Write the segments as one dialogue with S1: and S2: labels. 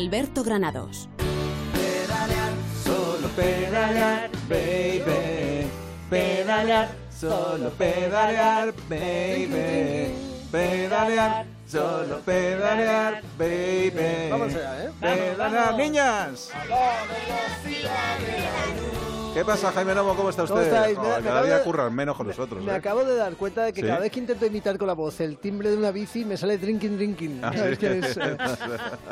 S1: Alberto Granados.
S2: Pedalear, solo pedalear, baby. Pedalear, solo pedalear, baby. Pedalear, solo pedalear, baby.
S3: Vamos allá, ¿eh?
S2: Pedalear, niñas. ¿Qué pasa, Jaime Nomo? ¿Cómo está usted?
S3: ¿Cómo estáis?
S2: Joder,
S3: Me- me
S2: cada
S3: acabo
S2: día
S3: de-
S2: curran menos con nosotros.
S3: Me
S2: ¿eh?
S3: acabo de dar cuenta de que
S2: ¿Sí?
S3: cada vez que intento imitar con la voz el timbre de una bici me sale drinking drinking.
S2: Ah,
S3: ¿Sabes
S2: sí.
S3: qué es? Eh,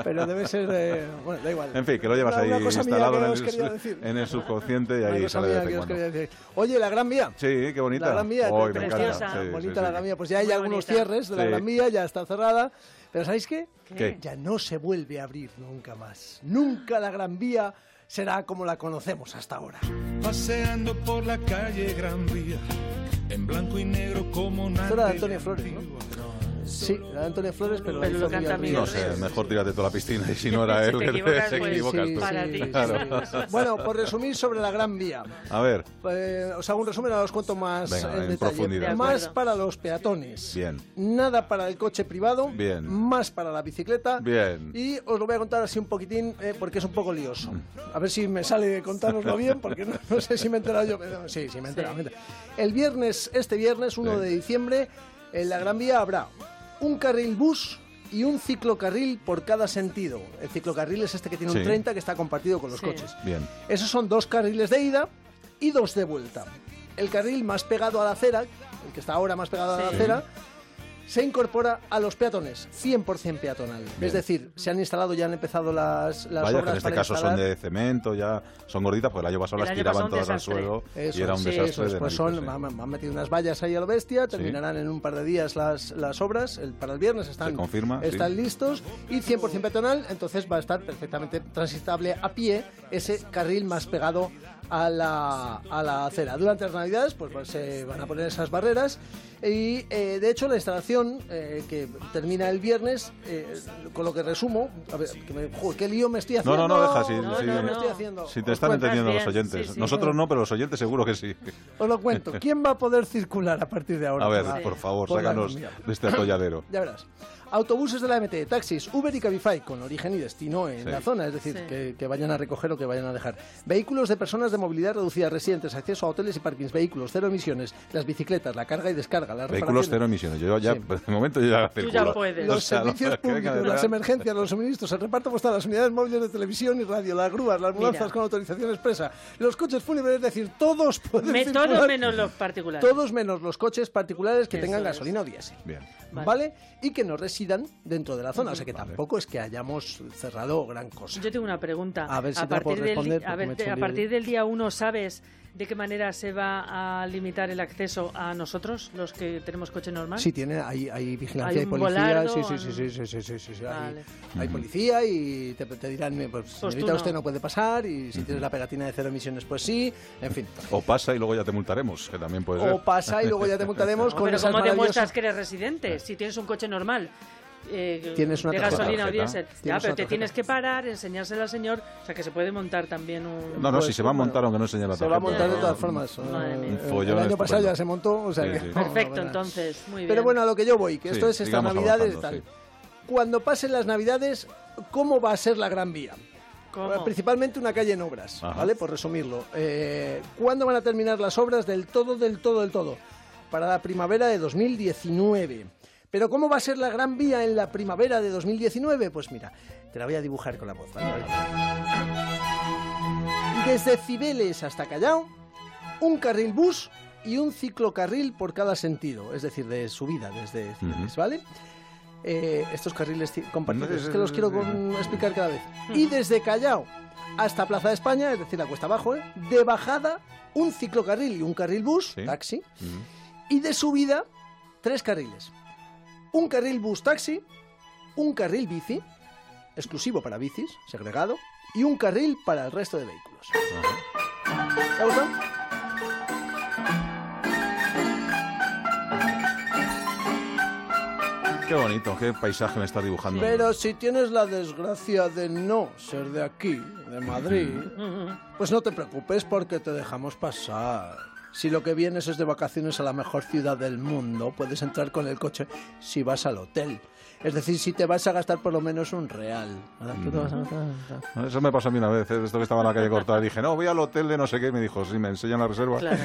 S3: Pero debe ser. eh, bueno, da igual.
S2: En fin, que lo llevas
S3: Una-
S2: ahí
S3: una cosa mía
S2: instalado
S3: que
S2: en
S3: os
S2: el,
S3: quería
S2: su-
S3: decir.
S2: en el subconsciente y
S3: Una
S2: ahí
S3: cosa
S2: sale de
S3: mía
S2: vez en
S3: que os
S2: cuando.
S3: quería decir. Oye, la Gran Vía.
S2: Sí, qué bonita.
S3: La Gran Vía,
S2: Hoy me
S3: te-
S2: encanta.
S4: preciosa.
S2: Sí, sí,
S3: bonita
S2: sí.
S3: la Gran Vía. Pues ya hay
S4: Muy
S3: algunos
S4: bonita.
S3: cierres de la
S2: Sí.
S3: Gran Vía, ya está cerrada. Pero ¿sabéis qué?
S2: ¿Qué?
S3: Ya no se vuelve a abrir nunca más. Nunca la Gran Vía será como la conocemos hasta ahora.
S5: Paseando por la calle Gran Vía, en blanco y negro como nadie.
S3: Esto era de Antonio Flores, ¿no? Sí, era de Antonio Flores, pero,
S4: Pero
S3: hizo
S4: lo canta
S3: Miguel
S4: Miguel
S2: No
S3: Ríos.
S2: sé, mejor tírate toda la piscina y si no era
S4: Si
S2: él,
S4: te
S2: que
S4: equivocas,
S2: te
S4: pues,
S2: equivocas tú.
S4: para ti.
S2: Claro.
S3: sí, sí. Bueno, por resumir sobre la Gran Vía.
S2: A ver,
S3: eh, os hago un resumen, ahora os cuento más
S2: Venga, en
S3: detalle.
S2: profundidad. De
S3: Más
S4: acuerdo.
S3: para los peatones.
S2: Bien.
S3: Nada para el coche privado.
S2: Bien.
S3: Más para la bicicleta.
S2: Bien.
S3: Y os lo voy a contar así un poquitín eh, porque es un poco lioso. A ver si me sale contároslo bien porque no, no sé si me he enterado yo. pero Sí, sí, me he enterado. me he enterado. El viernes, este viernes, 1
S2: Sí.
S3: de diciembre, en la Gran Vía habrá un carril bus y un ciclocarril por cada sentido. El ciclocarril es este que tiene
S2: Sí.
S3: un 30 que está compartido con los
S4: Sí.
S3: coches.
S2: bien.
S3: Esos son dos carriles de ida y dos de vuelta. El carril más pegado a la acera, el que está ahora más pegado a la
S4: Sí.
S3: acera, se incorpora a los peatones, 100% peatonal. Es decir, se han instalado, ya han empezado las, las
S2: Vaya,
S3: obras
S2: que en este
S3: para
S2: caso son
S3: instalar.
S2: de cemento, ya son gorditas, porque el año pasado
S4: El
S2: las
S4: año
S2: tiraban
S4: pasado un
S2: todas al
S4: desastre.
S2: suelo
S3: Eso,
S2: y era un
S3: sí,
S2: desastre.
S3: eso
S2: de
S3: es, pues
S2: narices,
S3: son,
S2: sí.
S3: han, han metido unas vallas ahí a lo bestia, terminarán en un par de días las, las obras, el, para el viernes están,
S2: Se confirma,
S3: están
S2: sí.
S3: listos y 100% peatonal, entonces va a estar perfectamente transitable a pie ese carril más pegado a la, a la acera. Durante las navidades pues, pues, se van a poner esas barreras y eh, de hecho la instalación eh, que termina el viernes, eh, con lo que resumo, a ver, que me- jo, qué lío me estoy
S2: No, no,
S3: haciendo.
S2: no, deja así.
S4: No,
S2: sí,
S4: no,
S3: me
S4: no.
S3: estoy haciendo.
S2: Si te
S4: Os
S2: están
S4: cuentas
S2: entendiendo los
S4: bien,
S2: oyentes.
S4: sí, sí.
S2: Nosotros no, pero los oyentes seguro que sí.
S3: Os lo cuento. ¿Quién va a poder circular a partir de ahora? Pues
S2: A ver,
S3: por la-
S2: por favor,
S3: por la
S2: sácanos
S3: Gran Vía?
S2: de este atolladero.
S3: Ya verás. Autobuses de la MT, taxis, Uber y Cabify con origen y destino en
S2: Sí.
S3: la zona, es decir,
S4: Sí.
S3: que, que vayan a recoger o que vayan a dejar. Vehículos de personas de movilidad reducida, residentes, acceso a hoteles y parkings, vehículos, cero emisiones, las bicicletas, la carga y descarga, las
S2: Vehículos
S3: reparaciones,
S2: cero emisiones. Yo ya,
S3: Sí.
S2: de momento, yo ya
S4: ya
S2: circulo.
S4: puedes.
S3: Los
S2: O sea, no,
S3: servicios
S2: que venga
S3: públicos,
S2: de
S3: las
S2: verdad.
S3: emergencias, los suministros, el reparto postal, las unidades móviles de televisión y radio, las grúas, las
S4: Mira.
S3: mudanzas con autorización expresa, los coches fúnebres, es decir, todos pueden
S4: Me-
S3: circular.
S4: todo menos los particulares.
S3: Todos menos los coches particulares que
S4: Eso
S3: tengan
S4: es.
S3: gasolina o diésel.
S2: Bien.
S3: Vale.
S4: Vale.
S3: Y que no residan dentro de la zona. O sea que tampoco es que hayamos cerrado gran cosa.
S4: Yo tengo una pregunta.
S3: A ver si te la
S4: partir
S3: puedo
S4: del di-
S3: responder,
S4: a,
S3: porque me
S4: ver,
S3: he hecho un
S4: a
S3: lío.
S4: partir del día 1, ¿sabes de qué manera se va a limitar el acceso a nosotros, los que tenemos coche normal?
S3: Sí, tiene, hay, hay vigilancia
S4: ¿Ah? Hay
S3: y
S4: un
S3: policía.
S4: volardo,
S3: sí, sí,
S4: ¿no?
S3: sí, sí, sí, sí, sí, sí, sí, hay-
S4: Vale.
S3: Hay, policía y te, te dirán, eh, pues,
S4: tú
S3: señorita,
S4: no.
S3: usted no puede pasar y si tienes la pegatina de cero emisiones, pues sí. En fin.
S2: O pasa y luego ya te multaremos, que también puede ser.
S3: O pasa y luego ya te multaremos
S4: No,
S3: con
S4: pero
S3: esas
S4: ¿cómo
S3: maravillosas...
S4: demuestras que eres residente? Si tienes un coche normal. eh,
S3: Tienes una
S4: de
S3: tarjeta.
S4: gasolina o
S2: Tarjeta.
S4: diésel.
S3: Tienes
S4: Ya, pero
S3: una
S4: te
S3: tarjeta.
S4: tienes que parar, enseñársela al señor. O sea, que se puede montar también un.
S2: No, no,
S3: Pues,
S2: si se va a
S3: bueno,
S2: montar, aunque no enseñe la
S3: Se va
S2: tarjeta,
S3: a montar de
S2: ¿no?
S3: todas formas.
S4: Madre mía.
S3: Eh,
S2: Un
S3: el
S2: follón
S3: año pasado
S2: estupendo.
S3: ya se montó, o sea
S2: Sí,
S3: que-
S2: sí.
S4: Perfecto,
S3: verás.
S4: entonces. Muy bien.
S3: Pero bueno, a lo que yo voy, que
S2: Sí,
S3: esto es estas
S2: sigamos
S3: navidades y tal.
S2: avanzando,
S3: Cuando pasen las navidades, ¿cómo va a ser la Gran Vía?
S4: ¿Cómo?
S3: Principalmente una calle en obras,
S2: Ajá.
S3: ¿vale? Por resumirlo. Eh, ¿Cuándo van a terminar las obras del todo, del todo, del todo? Para la primavera de 2019. Pero ¿cómo va a ser la Gran Vía en la primavera de 2019? Pues mira, te la voy a dibujar con la voz. ¿vale? Desde Cibeles hasta Callao, un carril bus y un ciclocarril por cada sentido, es decir, de subida desde Cibeles,
S2: Ujú.
S3: ¿vale? Eh, estos carriles ci-
S2: Sí,
S3: compartidos,
S2: sí,
S3: es que los
S2: sí,
S3: quiero
S2: sí.
S3: con- explicar cada vez. Y desde Callao hasta Plaza de España, es decir, la cuesta abajo, ¿eh? de bajada, un ciclocarril y un carril bus,
S2: Sí.
S3: taxi,
S2: Mm.
S3: y de subida, tres carriles. Un carril bus-taxi, un carril bici, exclusivo para bicis, segregado, y un carril para el resto de vehículos.
S2: Ajá.
S3: ¿Te ha gustado?
S2: Qué bonito, qué paisaje me está dibujando.
S3: Pero si tienes la desgracia de no ser de aquí, de Madrid, pues no te preocupes porque te dejamos pasar. Si lo que vienes es de vacaciones a la mejor ciudad del mundo, puedes entrar con el coche si vas al hotel. Es decir, si te vas a gastar por lo menos un real. ¿verdad? Tú te vas a gastar-
S2: Eso me pasó a mí una vez, ¿eh? esto que estaba en la calle cortada. Dije, no, voy al hotel de no sé qué. Y me dijo, sí, me enseñan la reserva.
S4: Claro.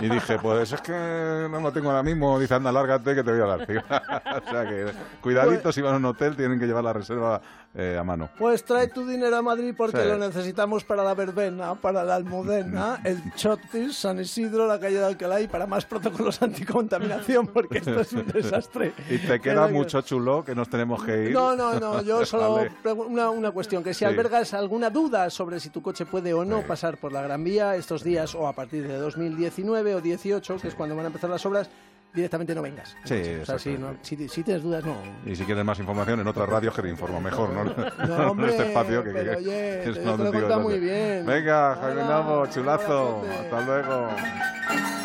S2: Y dije, pues es que no lo tengo ahora mismo. Dice, anda, lárgate que te voy a dar. o sea que, cuidadito, si van a un hotel, tienen que llevar la reserva eh, a mano.
S3: Pues trae tu dinero a Madrid porque
S2: Sí.
S3: lo necesitamos para la verbena, para la almudena, el chotis, San Isidro, la calle de Alcalá y para más protocolos anticontaminación porque esto es un desastre.
S2: Y te
S3: Pero
S2: queda
S3: que-
S2: mucho chulo que nos tenemos que ir.
S3: No, no, no, yo solo
S2: Vale.
S3: pregu- una, una cuestión, que si
S2: Sí.
S3: albergas alguna duda sobre si tu coche puede o no
S2: Sí.
S3: pasar por la Gran Vía estos días o a partir de 2019 o 18, que es cuando van a empezar las obras, directamente no vengas.
S2: Sí,
S3: O sea, si, no-
S2: exactamente.
S3: si, si tienes dudas, no.
S2: Y si quieres más información, en otras radios que te informo mejor, ¿no?
S3: No, hombre,
S2: en este espacio que,
S3: pero
S2: que-
S3: oye,
S2: que
S3: te- te lo he
S2: auténtico
S3: contado muy
S2: desastre.
S3: bien.
S2: Venga, Jaime
S3: Hala,
S2: Navo, chulazo.
S3: buena suerte.
S2: Hasta luego.